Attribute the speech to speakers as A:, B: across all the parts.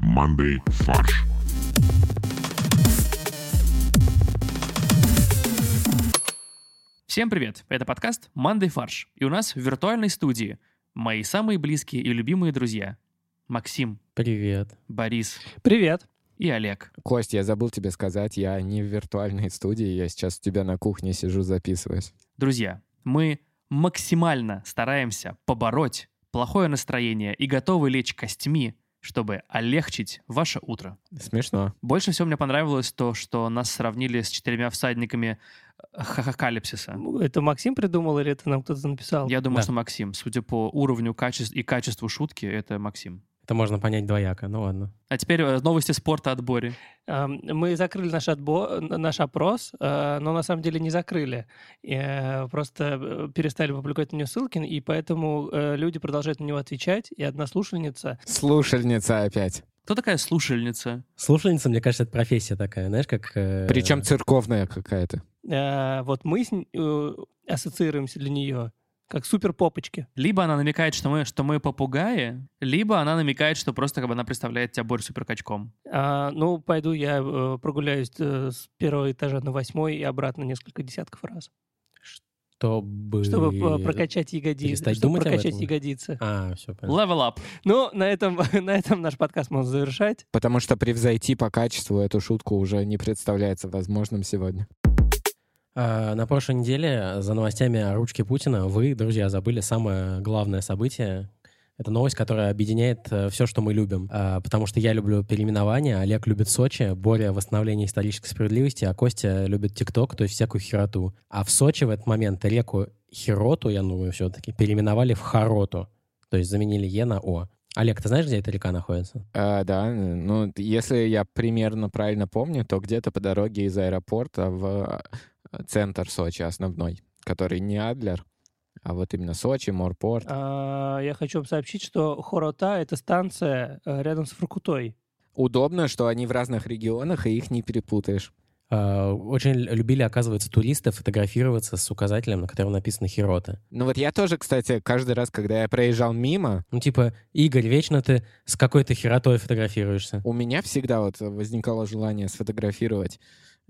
A: командой «Фарш».
B: Всем привет! Это подкаст «Мандай фарш». И у нас в виртуальной студии мои самые близкие и любимые друзья. Максим,
C: Привет.
B: Борис
D: Привет.
B: и Олег.
E: Костя, я забыл тебе сказать, я не в виртуальной студии, я сейчас у тебя на кухне сижу, записываюсь.
B: Друзья, мы максимально стараемся побороть плохое настроение и готовы лечь костьми, чтобы олегчить ваше утро.
E: Смешно.
B: Больше всего мне понравилось то, что нас сравнили с четырьмя всадниками э, хахакалипсиса.
D: Это Максим придумал или это нам кто-то написал?
B: Я думаю,
C: Да.
B: что Максим. Судя по уровню качеств и качеству шутки, это Максим.
C: Это можно понять двояко, ну ладно.
B: А теперь э, новости спорта от Бори.
D: Ам, Мы закрыли наш, отбо- наш опрос, э, но на самом деле не закрыли. Э, Просто э, перестали публиковать на него ссылки, и поэтому э, люди продолжают на него отвечать. И одна слушательница...
E: Слушальница опять.
B: Кто такая слушальница?
C: Слушальница, мне кажется, это профессия такая, знаешь, как... э,
E: Причем церковная какая-то.
D: э, Вот мы с н- э, ассоциируемся для нее как супер попочки.
B: Либо она намекает, что мы, что мы попугаи, либо она намекает, что просто как бы она представляет тебя Борь суперкачком.
D: Ну, пойду я э, прогуляюсь э, с первого этажа на восьмой и обратно несколько десятков раз,
C: Чтобы...
D: чтобы э, прокачать ягодицы.
C: перестать
D: Чтобы
C: думать об
D: прокачать
C: этом?
D: ягодицы.
C: А, все, понятно.
B: Level up.
D: Ну, на этом, на этом наш подкаст можно завершать.
E: Потому что превзойти по качеству эту шутку уже не представляется возможным сегодня.
C: А, на прошлой неделе за новостями о ручке Путина вы, друзья, забыли самое главное событие. Это новость, которая объединяет все, что мы любим. А, потому что я люблю переименования, Олег любит Сочи, Боря — восстановление исторической справедливости, а Костя любит ТикТок, то есть всякую хероту. А в Сочи в этот момент реку Хироту, я думаю, все-таки, переименовали в Хароту. То есть заменили Е на О. Олег, ты знаешь, где эта река находится?
E: А, да, ну, если я примерно правильно помню, то где-то по дороге из аэропорта в э, центр Сочи основной, который не Адлер, а вот именно Сочи, Морпорт.
D: А, Я хочу вам сообщить, что Хорота — это станция э, рядом с Фуркутой.
E: Удобно, что они в разных регионах, и их не перепутаешь.
C: А, Очень л- любили, оказывается, туристы фотографироваться с указателем, на котором написано Хирота.
E: Ну вот я тоже, кстати, каждый раз, когда я проезжал мимо,
C: Ну, типа, Игорь, вечно ты с какой-то херотой фотографируешься.
E: у меня всегда вот возникало желание сфотографировать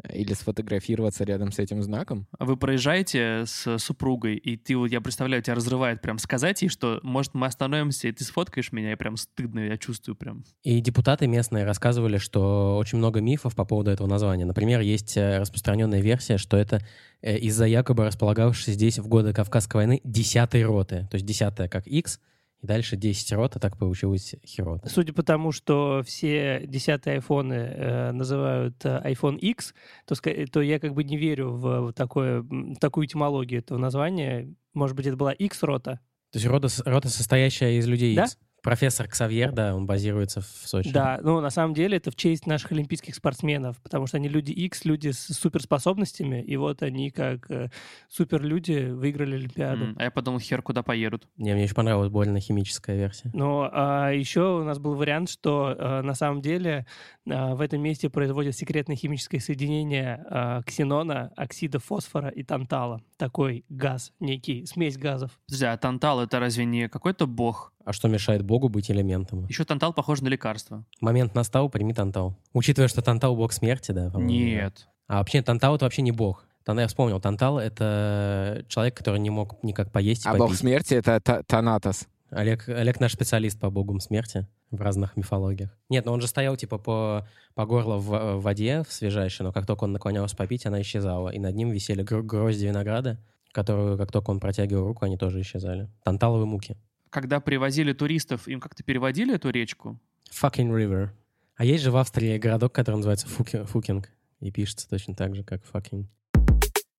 E: э, или сфотографироваться рядом с этим знаком.
B: Вы проезжаете с супругой, и ты, вот я представляю, тебя разрывает прям сказать ей, что, может, мы остановимся, и ты сфоткаешь меня, и прям стыдно, я чувствую прям.
C: И депутаты местные рассказывали, что очень много мифов по поводу этого названия. Например, есть э, распространенная версия, что это э, из-за якобы располагавшейся здесь в годы Кавказской войны десятой роты. То есть десятая как X, и дальше 10 рот, а так получилось херота.
D: Судя по тому, что все десятые айфоны э, называют э, iPhone X, то, ска- то я как бы не верю в, вот такое, м, в такую этимологию этого названия. Может быть, это была X-рота?
C: То есть рота, с- рота состоящая из людей
D: Да?
C: X. Профессор Ксавьер, да, он базируется в Сочи.
D: Да, но на самом деле это в честь наших олимпийских спортсменов, потому что они люди X, люди с суперспособностями, и вот они как э, суперлюди выиграли Олимпиаду.
B: М, А я подумал, хер куда поедут.
C: Не, мне еще понравилась больно химическая версия.
D: Но а, еще у нас был вариант, что а, на самом деле а, в этом месте производят секретное химическое соединение а, ксенона, оксида фосфора и тантала. Такой газ некий, смесь газов.
B: Подожди, а тантал это разве не какой-то бог?
C: А что мешает Богу быть элементом?
B: Еще тантал похож на лекарство.
C: Момент настал, прими Тантал. Учитывая, что Тантал бог смерти, да? по-моему,
B: Нет.
C: да. А вообще Тантал это вообще не бог. Тан- я вспомнил, Тантал это человек, который не мог никак поесть и
E: А бог
C: попить.
E: смерти — это та- Танатос.
C: Олег, Олег наш специалист по богам смерти в разных мифологиях. Нет, но он же стоял типа по, по горло в, в воде в свежайшей, но как только он наклонялся попить, она исчезала. И над ним висели гро- грозди винограда, которую как только он протягивал руку, они тоже исчезали. Танталовые муки.
B: Когда привозили туристов, им как-то переводили эту речку?
C: Fucking River. А есть же в Австрии городок, который называется Фуки- Фукинг. И пишется точно так же, как fucking.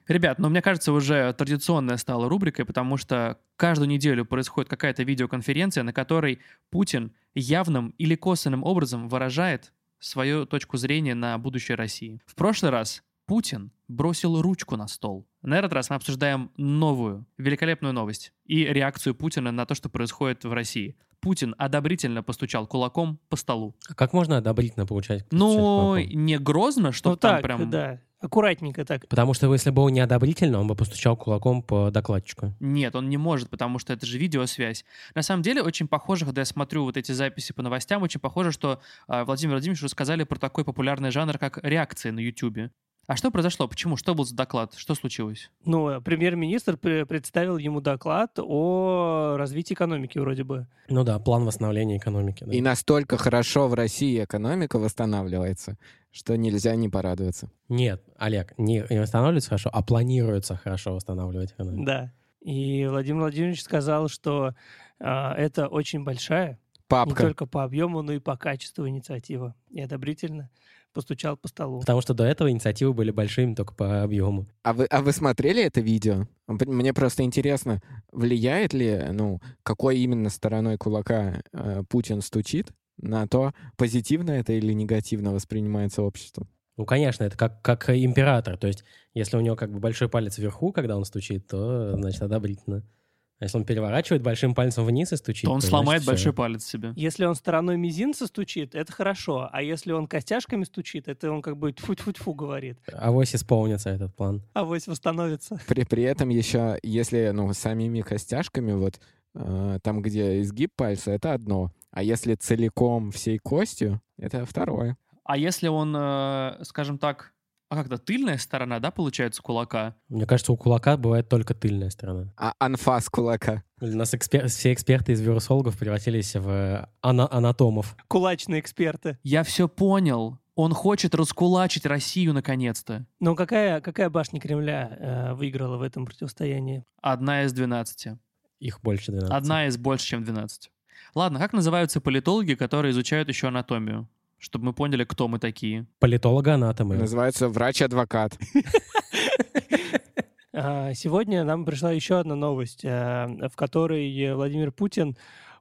B: Ребят, ну мне кажется, уже традиционная стала рубрикой, потому что каждую неделю происходит какая-то видеоконференция, на которой Путин явным или косвенным образом выражает свою точку зрения на будущее России. В прошлый раз Путин бросил ручку на стол. На этот раз мы обсуждаем новую, великолепную новость и реакцию Путина на то, что происходит в России. Путин одобрительно постучал кулаком по столу.
C: А как можно одобрительно получать?
B: Ну,
C: получать молоко?
B: не грозно, что
D: ну
B: там
D: так,
B: прям
D: да. Аккуратненько так.
C: Потому что если бы он неодобрительно, он бы постучал кулаком по докладчику.
B: Нет, он не может, потому что это же видеосвязь. На самом деле, очень похоже, когда я смотрю вот эти записи по новостям, очень похоже, что э, Владимир Владимирович рассказали про такой популярный жанр, как реакции на Ютубе. А что произошло? Почему? Что был за доклад? Что случилось?
D: Ну, э, премьер-министр пре- представил ему доклад о развитии экономики вроде бы.
C: Ну да, план восстановления экономики. да.
E: И настолько хорошо в России экономика восстанавливается, что нельзя не порадоваться.
C: Нет, Олег, не, не восстанавливается хорошо, а планируется хорошо восстанавливать экономику.
D: Да. И Владимир Владимирович сказал, что а, это очень большая, не
E: Папка.
D: только по объему, но и по качеству инициатива. И одобрительно постучал по столу.
C: Потому что до этого инициативы были большими только по объему.
E: А вы, а вы смотрели это видео? М- Мне просто интересно, влияет ли, ну, какой именно стороной кулака э, Путин стучит на то, позитивно это или негативно воспринимается обществом?
C: Ну, конечно, это как, как э, император. То есть, если у него как бы большой палец вверху, когда он стучит, то, значит, одобрительно. А если он переворачивает большим пальцем вниз и стучит,
B: То он
C: то,
B: сломает
C: значит, всё.
B: большой палец себе.
D: Если он стороной мизинца стучит, это хорошо. А если он костяшками стучит, это он как бы тьфу-тьфу-тьфу говорит. А
C: Авось исполнится этот план.
D: Авось восстановится.
E: При, при этом еще, если, ну, самими костяшками, вот э, там, где изгиб пальца, это одно. А если целиком всей костью, это второе.
B: А если он, э, скажем так, а как-то тыльная сторона, да, получается, кулака?
C: Мне кажется, у кулака бывает только тыльная сторона.
E: А анфас кулака.
C: У нас экспер- все эксперты из вирусологов превратились в э, ана- анатомов.
D: Кулачные эксперты.
B: Я все понял. Он хочет раскулачить Россию наконец-то.
D: Но какая, какая башня Кремля э, выиграла в этом противостоянии?
B: Одна из 12.
C: Их больше 12.
B: Одна из больше, чем 12. Ладно, как называются политологи, которые изучают еще анатомию? Чтобы мы поняли, кто мы такие.
C: Политолога-анатомы.
E: Называется врач-адвокат.
D: А, Сегодня нам пришла еще одна новость, э, в которой э, Владимир Путин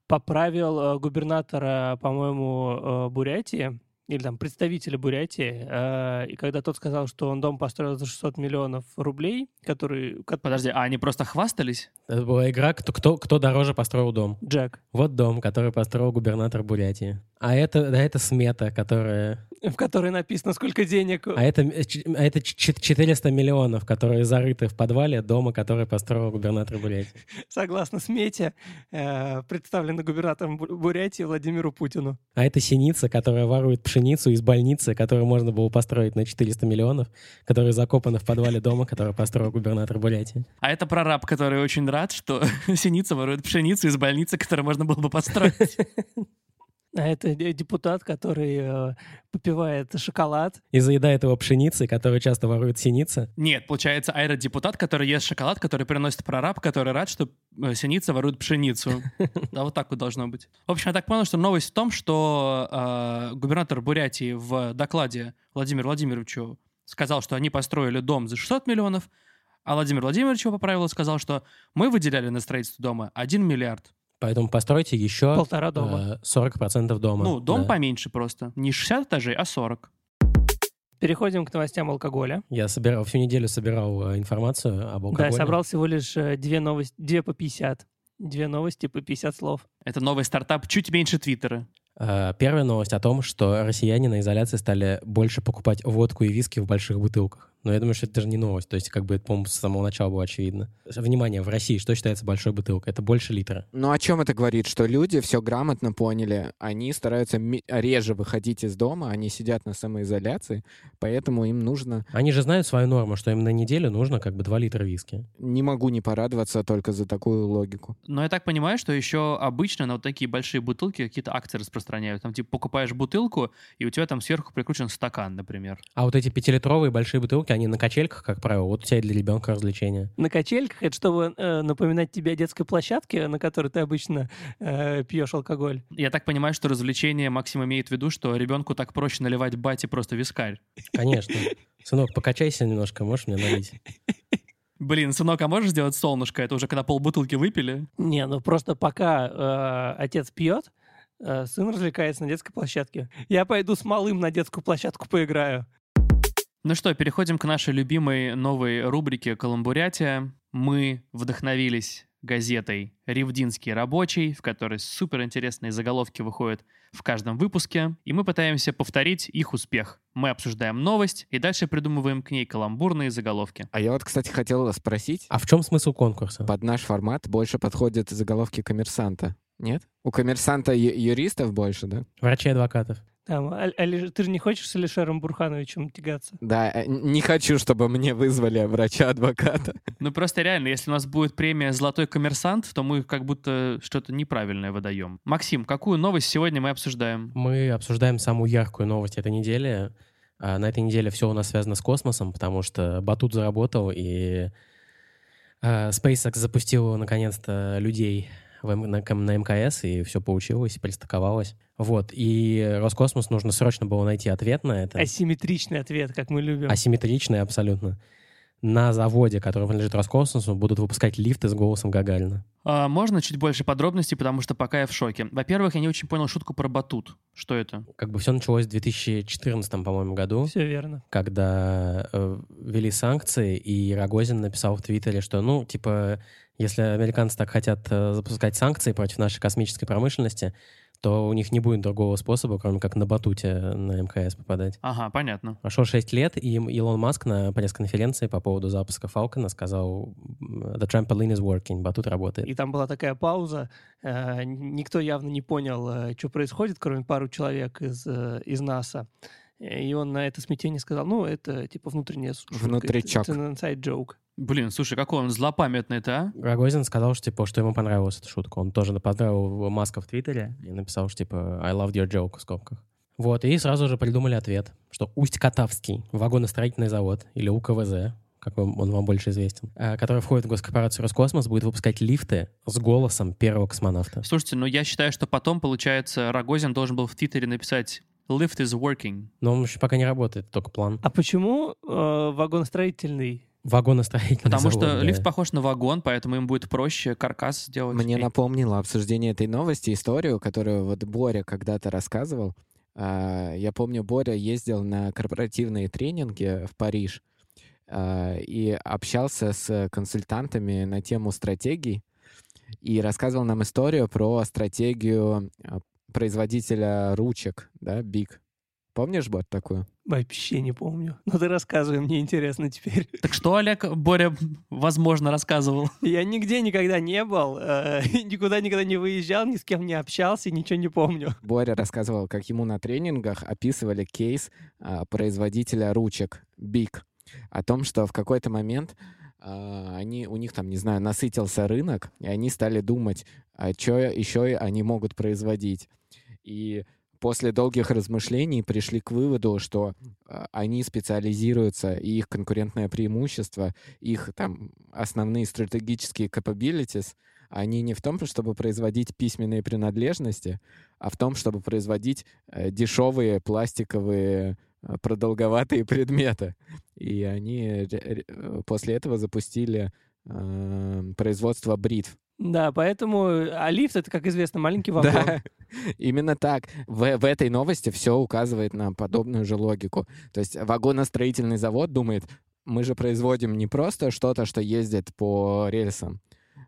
D: поправил э, губернатора, по-моему, э, Бурятии, или там представителя Бурятии, э, и когда тот сказал, что он дом построил за 600 миллионов рублей, который... ко-
B: Подожди, а они просто хвастались?
C: Это была игра кто, кто, кто дороже построил дом.
D: Джек,
C: Вот дом, который построил губернатор Бурятии. А это, да, это смета, которая
D: в которой написано, сколько денег...
C: А это, э, ч- а это ч- 400 миллионов, которые зарыты в подвале дома, который построил губернатор Бурятии.
D: согласно смете, э, представлено губернатором Бу- Бурятии Владимиру Путину.
C: А это синица, которая ворует пшеницу из больницы, которую можно было построить на 400 миллионов, которые закопаны в подвале дома, который построил губернатор Бурятии.
B: А это прораб, который очень рад, что синица ворует пшеницу из больницы, которую можно было бы построить.
D: А это де- депутат, который э, попивает шоколад.
C: И заедает его пшеницей, которую часто ворует синица.
B: Нет, получается, аэродепутат, который ест шоколад, который приносит прораб, который рад, что э, синица ворует пшеницу. Да, вот так вот должно быть. В общем, я так понял, что новость в том, что э, губернатор Бурятии в докладе Владимиру Владимировичу сказал, что они построили дом за 600 миллионов, а Владимир Владимирович его поправил и сказал, что мы выделяли на строительство дома 1 миллиард.
C: Поэтому постройте еще
D: Полтора дома.
C: э, 40% дома.
B: Ну, дом
C: Да.
B: поменьше просто. Не 60 этажей, а 40.
D: Переходим к новостям алкоголя.
C: Я собирал, всю неделю собирал э, информацию об
D: Да,
C: алкоголе.
D: я собрал всего лишь э, две новости, две по 50. Две новости по 50 слов.
B: Это новый стартап чуть меньше Твиттера.
C: Э, Первая новость о том, что россияне на изоляции стали больше покупать водку и виски в больших бутылках. Но я думаю, что это даже не новость. То есть, как бы, это, по-моему, с самого начала было очевидно. Внимание, в России что считается большой бутылкой? Это больше литра.
E: Ну о чем это говорит? Что люди все грамотно поняли, они стараются ми- реже выходить из дома, они сидят на самоизоляции, поэтому им нужно...
C: Они же знают свою норму, что им на неделю нужно как бы 2 литра виски.
E: Не могу не порадоваться только за такую логику.
B: Но я так понимаю, что еще обычно на вот такие большие бутылки какие-то акции распространяют. Там типа покупаешь бутылку, и у тебя там сверху прикручен стакан, например.
C: А вот эти пятилитровые большие бутылки, они на качельках, как правило. Вот у тебя и для ребенка развлечения.
D: На качельках это чтобы э, напоминать тебе о детской площадке, на которой ты обычно э, пьешь алкоголь.
B: Я так понимаю, что развлечение Максим имеет в виду, что ребенку так проще наливать бате просто вискарь.
C: Конечно. Сынок, покачайся немножко, можешь мне налить?
B: Блин, сынок, а можешь сделать солнышко? Это уже когда полбутылки выпили?
D: Не, ну просто пока э, отец пьет, э, сын развлекается на детской площадке. Я пойду с малым на детскую площадку поиграю.
B: Ну что, переходим к нашей любимой новой рубрике «Каламбурятия». Мы вдохновились газетой «Ревдинский рабочий», в которой суперинтересные заголовки выходят в каждом выпуске, и мы пытаемся повторить их успех. Мы обсуждаем новость и дальше придумываем к ней каламбурные заголовки.
E: А я вот, кстати, хотел спросить,
C: А в чем смысл конкурса?
E: под наш формат больше подходят заголовки коммерсанта, нет? У коммерсанта ю- юристов больше, да?
C: Врачей адвокатов.
D: Там, а- Али- ты же не хочешь с Алишером Бурхановичем тягаться?
E: Да, э, не хочу, чтобы мне вызвали врача-адвоката.
B: Ну просто реально, если у нас будет премия «Золотой коммерсант», то мы как будто что-то неправильное выдаем. Максим, какую новость сегодня мы обсуждаем?
C: Мы обсуждаем самую яркую новость этой недели. А, На этой неделе все у нас связано с космосом, потому что Батут заработал, и э, SpaceX запустил наконец-то людей в М- на, Ком- на МКС, и все получилось, и пристыковалось. Вот, и Роскосмос нужно срочно было найти ответ на это.
D: Асимметричный ответ, как мы любим.
C: Асимметричный абсолютно. На заводе, который принадлежит Роскосмосу, будут выпускать лифты с голосом Гагарина.
B: А, можно чуть больше подробностей, потому что пока я в шоке. Во-первых, я не очень понял шутку про батут. Что это?
C: Как бы все началось в 2014, по-моему, году.
D: Все верно.
C: когда э, ввели санкции, и Рогозин написал в Твиттере, что, ну, типа, если американцы так хотят э, запускать санкции против нашей космической промышленности, то у них не будет другого способа, кроме как на батуте на МКС попадать.
B: Ага, понятно.
C: Прошло 6 лет, и им Илон Маск на пресс-конференции по поводу запуска Falcon сказал «The trampoline is working», батут работает.
D: И там была такая пауза. э, Никто явно не понял, что происходит, кроме пару человек из, э, из НАСА. И он на это смятение сказал, ну, это типа внутренняя с- шутка,
E: Внутричок.
D: Это, это inside joke.
B: Блин, слушай, какой он злопамятный это, а?
C: Рогозин сказал, что, типа, что ему понравилась эта шутка. Он тоже поздравил Маска в Твиттере и написал, что, типа, I loved your joke в скобках. Вот, и сразу же придумали ответ, что Усть-Катавский вагоностроительный завод, или УКВЗ, как вам- он вам больше известен, э, который входит в госкорпорацию Роскосмос, будет выпускать лифты с голосом первого космонавта.
B: Слушайте, ну я считаю, что потом, получается, Рогозин должен был в Твиттере написать «Lift is working».
C: Но он еще пока не работает, только план.
D: А почему э, вагоностроительный?
C: Вагоностроительный
B: Потому
C: завод,
B: что
C: да.
B: лифт похож на вагон, поэтому им будет проще каркас сделать.
E: Мне
B: И-
E: напомнило обсуждение этой новости историю, которую вот Боря когда-то рассказывал. А, Я помню, Боря ездил на корпоративные тренинги в Париж а, и общался с консультантами на тему стратегий и рассказывал нам историю про стратегию а, производителя ручек, да, Биг. Помнишь, Борь, такую?
D: Вообще не помню. Но ты рассказывай, мне интересно теперь.
B: Так что Олег Боря, возможно, рассказывал?
D: Я нигде никогда не был, э, и никуда никогда не выезжал, ни с кем не общался, и ничего не помню.
E: Боря рассказывал, как ему на тренингах описывали кейс а, производителя ручек Биг о том, что в какой-то момент а, они, у них там, не знаю, насытился рынок, и они стали думать, а что еще они могут производить. И после долгих размышлений пришли к выводу, что а, они специализируются, и их конкурентное преимущество, их там основные стратегические capabilities, они не в том, чтобы производить письменные принадлежности, а в том, чтобы производить э, дешевые пластиковые э, продолговатые предметы. И они ре- ре- э, после этого запустили э, производство бритв.
D: Да, поэтому... А лифт — это, как известно, маленький вагон.
E: Да, именно так. В, в этой новости все указывает на подобную же логику. То есть вагоностроительный завод думает, мы же производим не просто что-то, что ездит по рельсам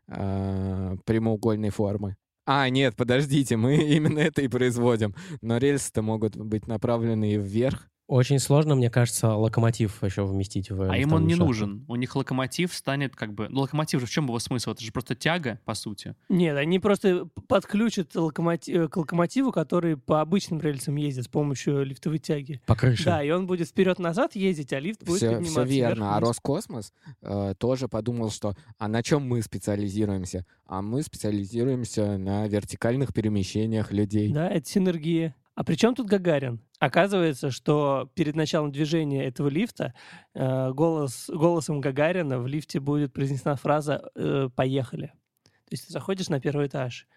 E: э, прямоугольной формы. А, нет, подождите, мы именно это и производим. Но рельсы-то могут быть направлены и вверх.
C: Очень сложно, мне кажется, локомотив еще вместить в
B: А им он
C: лифтовую
B: не
C: шахту.
B: нужен. У них локомотив станет как бы... Ну, локомотив же в чем его смысл? Это же просто тяга, по сути.
D: Нет, они просто п- подключат локомоти- э, к локомотиву, который по обычным рельсам ездит с помощью лифтовой тяги.
C: По крыше.
D: Да, и он будет вперед-назад ездить, а лифт будет
E: Все,
D: подниматься
E: верно. А
D: вверх-вниз.
E: Роскосмос э, тоже подумал, что а на чем мы специализируемся? А мы специализируемся на вертикальных перемещениях людей.
D: Да, это синергия. А при чем тут Гагарин? Оказывается, что перед началом движения этого лифта э, голос, голосом Гагарина в лифте будет произнесена фраза э, «поехали». То есть ты заходишь на первый этаж,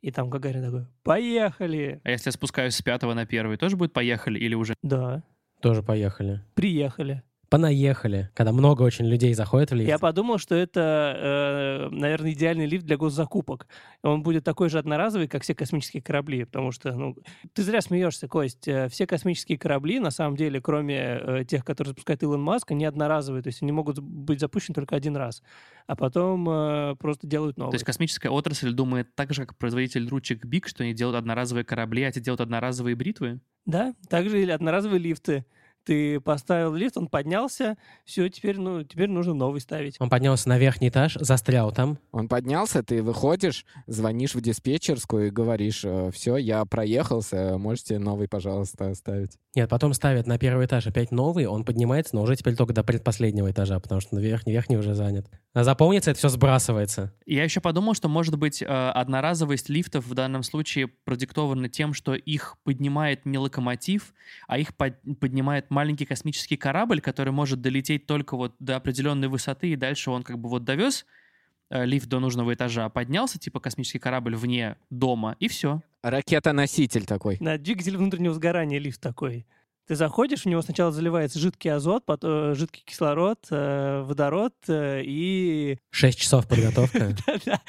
D: и там Гагарин такой «поехали».
B: А если я спускаюсь с пятого на первый, тоже будет «поехали» или уже...
D: Да,
C: Тоже поехали.
D: приехали.
C: понаехали, когда много очень людей заходит в лифт.
D: Я подумал, что это, э, наверное, идеальный лифт для госзакупок. Он будет такой же одноразовый, как все космические корабли, потому что, ну, ты зря смеешься, Кость. Э, Все космические корабли, на самом деле, кроме э, тех, которые запускает Илон Маск, они одноразовые, то есть они могут быть запущены только один раз, а потом э, просто делают
B: То
D: новые.
B: есть космическая отрасль думает так же, как производитель ручек Биг, что они делают одноразовые корабли, а те делают одноразовые бритвы?
D: Да, также или одноразовые лифты. Ты поставил лифт, он поднялся, все, теперь, ну, теперь нужно новый ставить.
C: Он поднялся на верхний этаж, застрял там.
E: Он поднялся, ты выходишь, звонишь в диспетчерскую и говоришь, все, я проехался, можете новый, пожалуйста, оставить.
C: Нет, потом ставят на первый этаж опять новый, он поднимается, но уже теперь только до предпоследнего этажа, потому что на верхний, верхний уже занят. А заполнится, это все сбрасывается.
B: Я еще подумал, что, может быть, э, одноразовость лифтов в данном случае продиктована тем, что их поднимает не локомотив, а их под- поднимает маленький космический корабль, который может долететь только вот до определенной высоты, и дальше он как бы вот довез э, лифт до нужного этажа, поднялся, типа космический корабль вне дома, и все.
E: Ракета-носитель такой.
D: На двигатель внутреннего сгорания лифт такой. Ты заходишь, в него сначала заливается жидкий азот, потом э, жидкий кислород, э, водород э, и...
C: Шесть часов подготовка.
D: Да,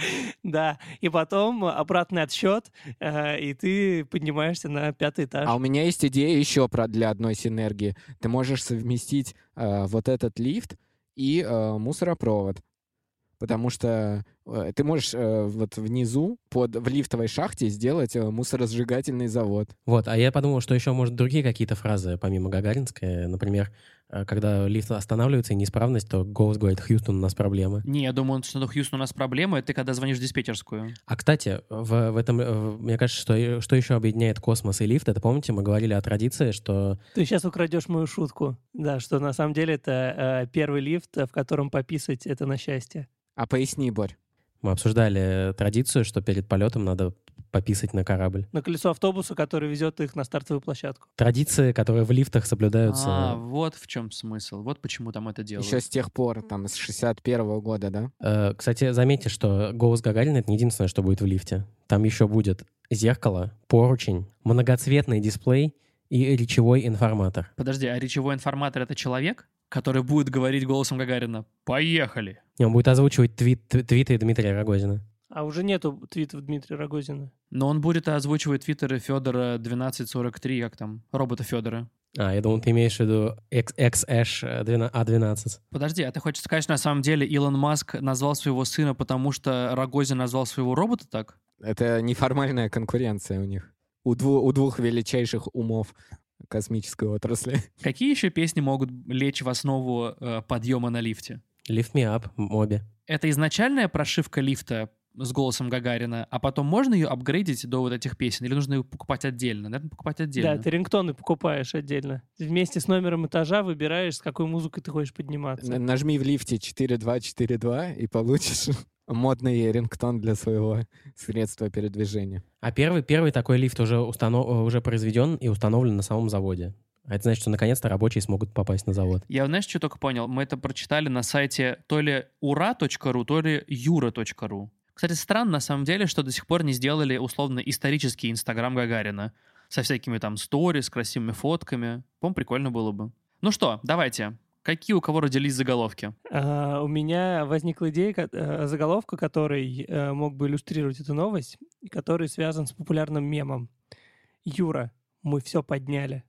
D: Да, и потом обратный отсчет, э, и ты поднимаешься на пятый этаж.
E: А у меня есть идея еще про для одной синергии. Ты можешь совместить э, вот этот лифт и э, мусоропровод. Потому что э, ты можешь э, вот внизу, под, в лифтовой шахте, сделать э, мусоросжигательный завод.
C: Вот, а я подумал, что еще, может, другие какие-то фразы, помимо гагаринской. Например, э, когда лифт останавливается и неисправность, то голос говорит, Хьюстон, у нас проблемы.
B: Не, я думаю, что Хьюстон, у нас проблемы, это ты когда звонишь в диспетчерскую.
C: А, кстати, в, в этом, э, в- мне кажется, что, и- что еще объединяет космос и лифт, это, помните, мы говорили о традиции, что
D: Ты сейчас украдешь мою шутку. Да, что на самом деле это э, первый лифт, э, в котором пописать это на счастье.
E: А поясни, Борь.
C: мы обсуждали традицию, что перед полетом надо пописать на корабль.
D: На колесо автобуса, который везет их на стартовую площадку.
C: Традиции, которые в лифтах соблюдаются.
B: А, вот в чем смысл, вот почему там это делают.
E: Еще с тех пор, там, с 61 года, да?
C: Э, Кстати, заметьте, что голос Гагарина — это не единственное, что будет в лифте. Там еще будет зеркало, поручень, многоцветный дисплей и речевой информатор.
B: Подожди, а речевой информатор — это человек, который будет говорить голосом Гагарина «Поехали!»
C: И он будет озвучивать твит, тв- твиты Дмитрия Рогозина.
D: А уже нету твитов Дмитрия Рогозина.
B: Но он будет озвучивать твиттеры Федора 1243, как там, робота Федора.
C: А, я думал, ты имеешь в виду XXH A12.
B: Подожди, а ты хочешь сказать, что на самом деле Илон Маск назвал своего сына, потому что Рогозин назвал своего робота так?
E: Это неформальная конкуренция у них. У, дву- у двух величайших умов космической отрасли.
B: Какие еще песни могут лечь в основу э, подъема на лифте?
C: Lift me up, моби.
B: Это изначальная прошивка лифта с голосом Гагарина, а потом можно ее апгрейдить до вот этих песен? Или нужно ее покупать отдельно? Наверное, покупать отдельно.
D: Да, ты рингтоны покупаешь отдельно. Вместе с номером этажа выбираешь, с какой музыкой ты хочешь подниматься.
E: Н- Нажми в лифте 4242 и получишь модный рингтон для своего средства передвижения.
C: А первый, первый такой лифт уже, установ... э, уже произведен и установлен на самом заводе. А это значит, что наконец-то рабочие смогут попасть на завод.
B: Я, знаешь, что только понял? Мы это прочитали на сайте то ли ура.ру, то ли юра.ру. Кстати, странно на самом деле, что до сих пор не сделали условно исторический Инстаграм Гагарина со всякими там сторис, красивыми фотками. По-моему, прикольно было бы. Ну что, давайте. Какие у кого родились заголовки?
D: А, у меня возникла идея, ко- э, заголовка, который э, мог бы иллюстрировать эту новость, и который связан с популярным мемом. Юра, мы все подняли.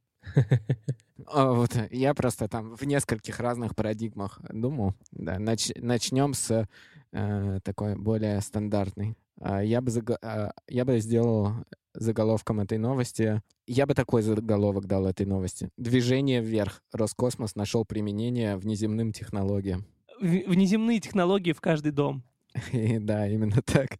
E: А, вот, я просто там в нескольких разных парадигмах думал. Да, нач- начнем с э, такой более стандартной. А, я, бы заго- а, я бы сделал заголовком этой новости. Я бы такой заголовок дал этой новости. Движение вверх. Роскосмос нашел применение внеземным технологиям.
D: В- внеземные технологии в каждый дом.
E: И да, именно так.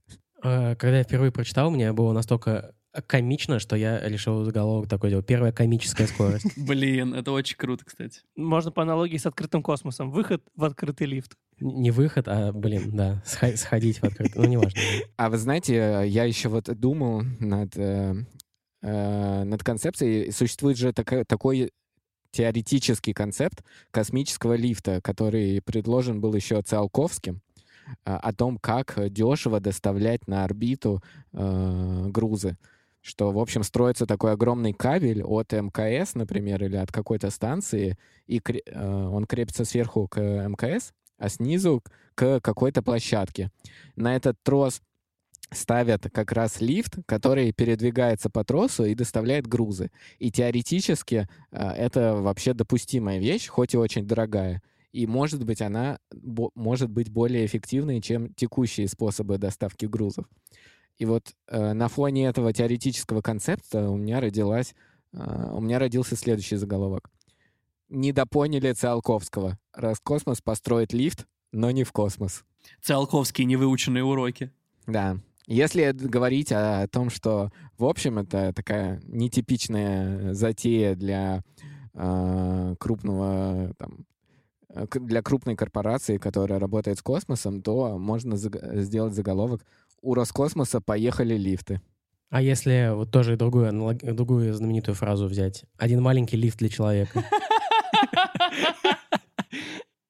C: Э, Когда я впервые прочитал, мне было настолько комично, что я решил заголовок такой делать. Первая комическая скорость.
B: Блин, это очень круто, кстати.
D: Можно по аналогии с открытым космосом. Выход в открытый лифт.
C: Н- Не выход, а, блин, да, сха- сходить в открытый. Ну, неважно.
E: А вы знаете, э, я еще вот думал над, э, э, над концепцией. Существует же тако- такой теоретический концепт космического лифта, который предложен был еще Циолковским, а, о том, как дешево доставлять на орбиту э, грузы. что, в общем, строится такой огромный кабель от МКС, например, или от какой-то станции, и кре- э, он крепится сверху к МКС, а снизу к какой-то площадке. На этот трос ставят как раз лифт, который передвигается по тросу и доставляет грузы. И теоретически э, это вообще допустимая вещь, хоть и очень дорогая. И, может быть, она бо- может быть более эффективной, чем текущие способы доставки грузов. И вот э, на фоне этого теоретического концепта у меня родилась, э, у меня родился следующий заголовок. Недопоняли Циолковского. Роскосмос построит лифт, но не в космос.
B: Циолковские невыученные уроки.
E: Да. Если д- говорить о, о том, что, в общем, это такая нетипичная э, затея для э, крупного, там, э, к- для крупной корпорации, которая работает с космосом, то можно заг- сделать заголовок «У Роскосмоса поехали лифты».
C: А если вот тоже другую, аналог- другую знаменитую фразу взять? Один маленький лифт для человека.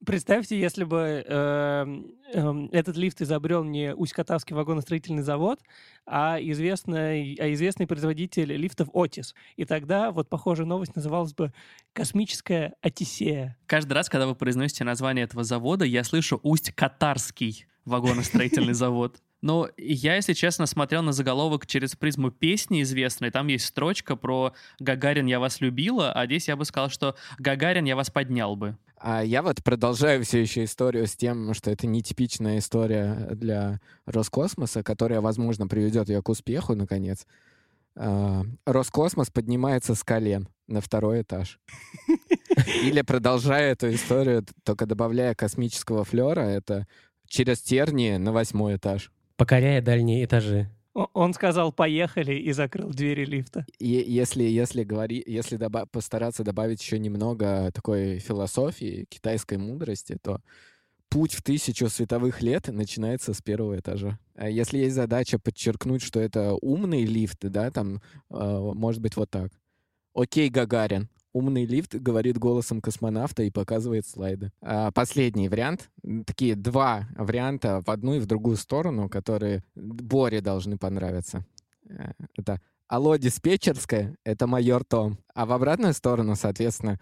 D: Представьте, если бы эм, эм, этот лифт изобрел не Усть-Катавский вагоностроительный завод, а известный, а известный производитель лифтов «Отис». И тогда вот похожая новость называлась бы «Космическая Отисея».
B: Каждый раз, когда вы произносите название этого завода, я слышу «Усть-Катарский вагоностроительный завод». Но я, если честно, смотрел на заголовок через призму песни известной. Там есть строчка про «Гагарин, я вас любила», а здесь я бы сказал, что «Гагарин, я вас поднял бы».
E: А я вот продолжаю все еще историю с тем, что это нетипичная история э, для Роскосмоса, которая, возможно, приведет ее к успеху, наконец. А, Роскосмос поднимается с колен на второй этаж. Или продолжая эту историю, только добавляя космического флера, это через тернии на восьмой этаж.
C: Покоряя дальние этажи.
D: О- Он сказал «поехали» и закрыл двери лифта.
E: И если, если, говори, если доба- постараться добавить еще немного такой философии, китайской мудрости, то путь в тысячу световых лет начинается с первого этажа. А Если есть задача подчеркнуть, что это умный лифт, да, там, э, может быть, вот так. Окей, Гагарин. Умный лифт говорит голосом космонавта и показывает слайды. А Последний вариант. М, Такие два варианта в одну и в другую сторону, которые Боре должны понравиться. Э, Это Алло, диспетчерская, это майор Том. А в обратную сторону, соответственно,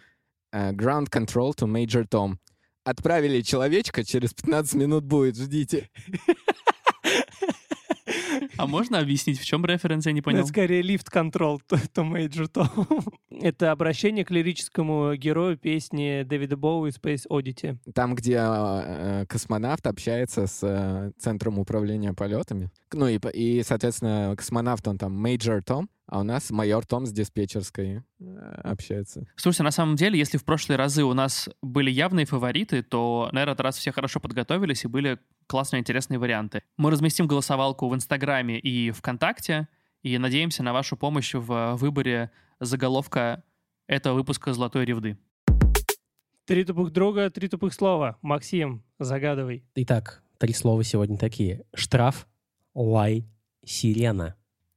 E: э, ground control to major Tom. Отправили человечка, через 15 минут будет, ждите.
B: А можно объяснить, в чем референс, я не понял?
D: Ну, Это скорее лифт-контрол, то, то Major Tom. Это обращение к лирическому герою песни Дэвида Боуи «Space Oddity».
E: Там, где э, космонавт общается с э, Центром управления полетами. Ну и, по- и, соответственно, космонавт, он там major Том, а у нас майор Том с диспетчерской э, общается.
B: Слушайте, на самом деле, если в прошлые разы у нас были явные фавориты, то на этот раз все хорошо подготовились и были классные, интересные варианты. Мы разместим голосовалку в Инстаграме и ВКонтакте и надеемся на вашу помощь в э, выборе заголовка этого выпуска «Золотой ревды».
D: Три тупых друга, три тупых слова. Максим, загадывай.
C: Итак, три слова сегодня такие. Штраф, лай, сирена.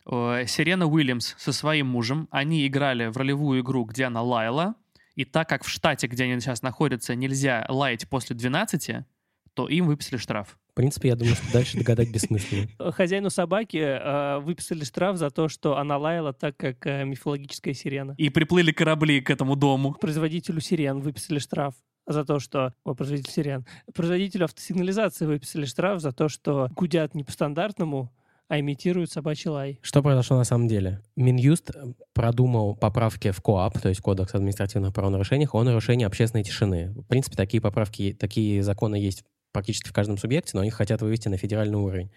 B: Э, Сирена Уильямс со своим мужем, они играли в ролевую игру, где она лаяла, и так как в штате, где они сейчас находятся, нельзя лаять после 12, то им выписали штраф.
C: В принципе, я думаю, что дальше догадать бессмысленно.
D: Э, Хозяину собаки э, выписали штраф за то, что она лаяла так, как э, мифологическая сирена.
B: И приплыли корабли к этому дому.
D: Производителю сирен выписали штраф за то, что... О, производитель сирен. Производителю автосигнализации выписали штраф за то, что гудят не по-стандартному, а имитируют собачий лай.
C: Что произошло на самом деле? Минюст э, продумал поправки в КОАП, то есть Кодекс административных правонарушений, о нарушении общественной тишины. В принципе, такие поправки, такие законы есть практически в каждом субъекте, но их хотят вывести на федеральный уровень.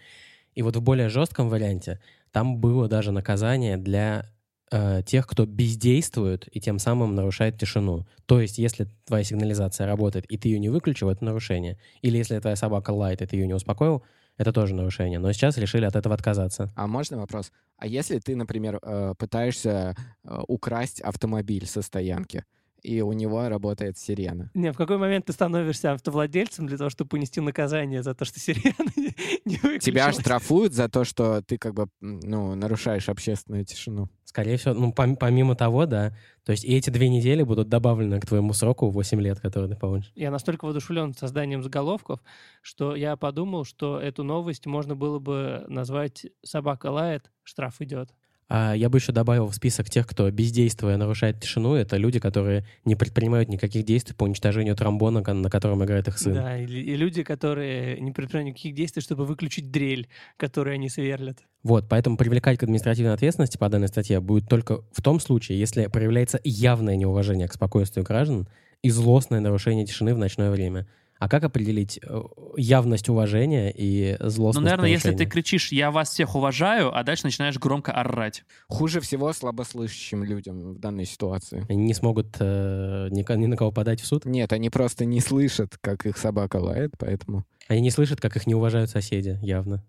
C: И вот в более жестком варианте там было даже наказание для э, тех, кто бездействует и тем самым нарушает тишину. То есть, если твоя сигнализация работает, и ты ее не выключил, это нарушение. Или если твоя собака лает, и ты ее не успокоил, это тоже нарушение. Но сейчас решили от этого отказаться.
E: А можно вопрос? А если ты, например, э, пытаешься э, украсть автомобиль со стоянки, и у него работает сирена?
D: Не, в какой момент ты становишься автовладельцем для того, чтобы понести наказание за то, что сирена не- не выключилась?
E: Тебя штрафуют за то, что ты как бы м, ну, нарушаешь общественную тишину.
C: Скорее всего, ну, пом- помимо того, да. То есть и эти две недели будут добавлены к твоему сроку 8 лет, который ты получишь.
D: Я настолько воодушевлен созданием заголовков, что я подумал, что эту новость можно было бы назвать «Собака лает, штраф идет».
C: А я бы еще добавил в список тех, кто бездействуя нарушает тишину. Это люди, которые не предпринимают никаких действий по уничтожению тромбона, кон- на котором играет их сын.
D: Да, и, лю- и люди, которые не предпринимают никаких действий, чтобы выключить дрель, которую они сверлят.
C: Вот, поэтому привлекать к административной ответственности по данной статье будет только в том случае, если проявляется явное неуважение к спокойствию граждан и злостное нарушение тишины в ночное время. А как определить э, явность уважения и злостность
B: Ну, наверное, если
C: нарушения?
B: ты кричишь «я вас всех уважаю», а дальше начинаешь громко орать. Ну,
E: Хуже всего слабослышащим людям в данной ситуации.
C: Они не смогут э, ни, ко- ни на кого подать в суд.
E: Нет, они просто не слышат, как их собака лает, поэтому...
C: Они не слышат, как их не уважают соседи, явно.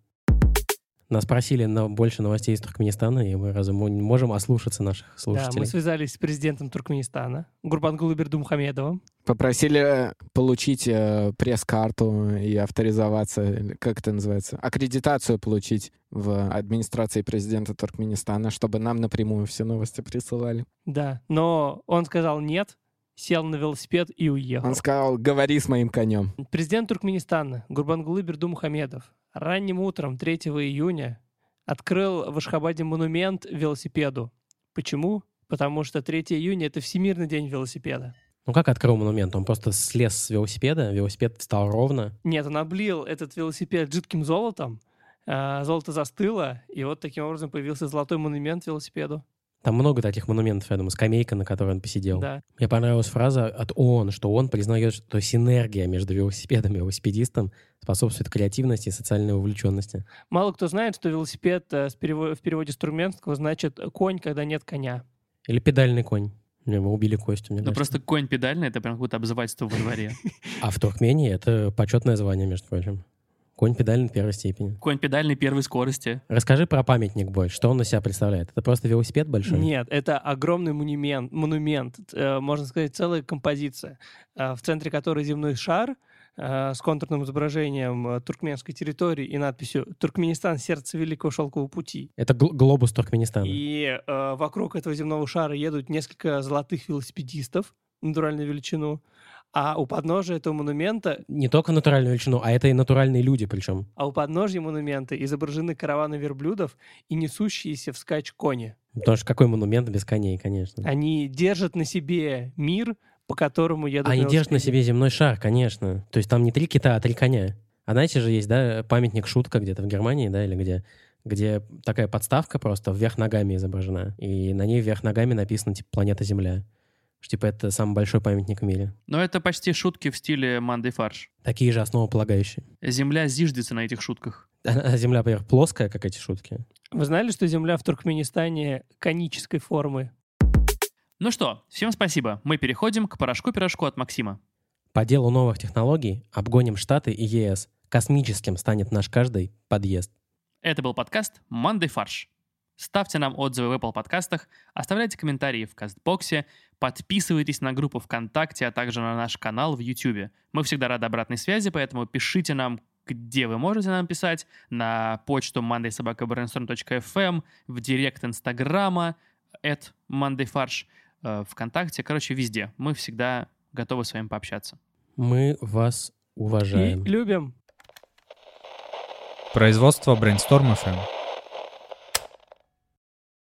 C: Нас просили на больше новостей из Туркменистана, и мы разве мо- не можем ослушаться наших
D: Да, мы
C: слушателей.
D: связались с президентом Туркменистана Гурбангулы Бердумхамедовым.
E: Попросили получить э, пресс-карту и авторизоваться, или как это называется, аккредитацию получить в администрации президента Туркменистана, чтобы нам напрямую все новости присылали.
D: Да, но он сказал нет, сел на велосипед и уехал.
E: Он сказал, говори с моим конем.
D: Президент Туркменистана Гурбангулы Бердумухамедов ранним утром 3 июня открыл в Ашхабаде монумент велосипеду. Почему? Потому что 3 июня — это Всемирный день велосипеда.
C: Ну как открыл монумент? Он просто слез с велосипеда, велосипед встал ровно,
D: Нет, он облил этот велосипед жидким золотом, а, золото застыло, и вот таким образом появился золотой монумент велосипеду.
C: Там много таких монументов, я думаю, скамейка, на которой он посидел.
D: Да.
C: Мне понравилась фраза от ООН, что он признает, что синергия между велосипедом и велосипедистом способствует креативности и социальной вовлеченности.
D: Мало кто знает, что велосипед э, с перево- в переводе с турменского значит «конь, когда нет коня».
C: Или педальный конь. Не, Мы убили Костю, мне
B: Ну,
C: кажется.
B: просто конь педальный — это прям какое-то обзывательство во дворе.
C: А в Туркмении это почетное звание, между прочим. Конь педальный первой степени.
B: Конь педальный первой скорости.
C: Расскажи про памятник Бой. Что он из себя представляет? Это просто велосипед большой?
D: Нет, это огромный монумент, монумент э, можно сказать, целая композиция, э, в центре которой земной шар э, с контурным изображением э, туркменской территории и надписью «Туркменистан – сердце Великого Шелкового пути».
C: Это гл- глобус Туркменистана.
D: И э, вокруг этого земного шара едут несколько золотых велосипедистов натуральную величину, а у подножия этого монумента,
C: Не только натуральную величину, а это и натуральные люди причем.
D: а у подножия монумента изображены караваны верблюдов и несущиеся вскачь кони.
C: Потому что какой монумент без коней, конечно.
D: Они держат на себе мир, по которому едут
C: А Они держат на
D: велосипедисты.
C: себе земной шар, конечно. То есть там не три кита, а три коня. А знаете же, есть, да, памятник шутка где-то в Германии, да, или где, где такая подставка просто вверх ногами изображена. И на ней вверх ногами написано, типа, планета Земля. Что, типа, это самый большой памятник в мире.
B: Но это почти шутки в стиле «Манды фарш».
C: Такие же основополагающие.
B: Земля зиждется на этих шутках.
C: А Земля, поверх плоская, как эти шутки.
D: Вы знали, что земля в Туркменистане конической формы?
B: Ну что, всем спасибо. Мы переходим к порошку-пирожку от Максима.
C: По делу новых технологий обгоним Штаты и ЕС. Космическим станет наш каждый подъезд.
B: Это был подкаст «Манды фарш». Ставьте нам отзывы в Apple подкастах, оставляйте комментарии в Кастбоксе, подписывайтесь на группу ВКонтакте, а также на наш канал в YouTube. Мы всегда рады обратной связи, поэтому пишите нам, где вы можете нам писать, на почту mondaysobakabrainstorm.fm, эм, в директ Инстаграма, at mondayfarsh, э, ВКонтакте, короче, везде. Мы всегда готовы с вами пообщаться.
C: Мы вас уважаем.
D: И любим.
A: Производство Brainstorm FM.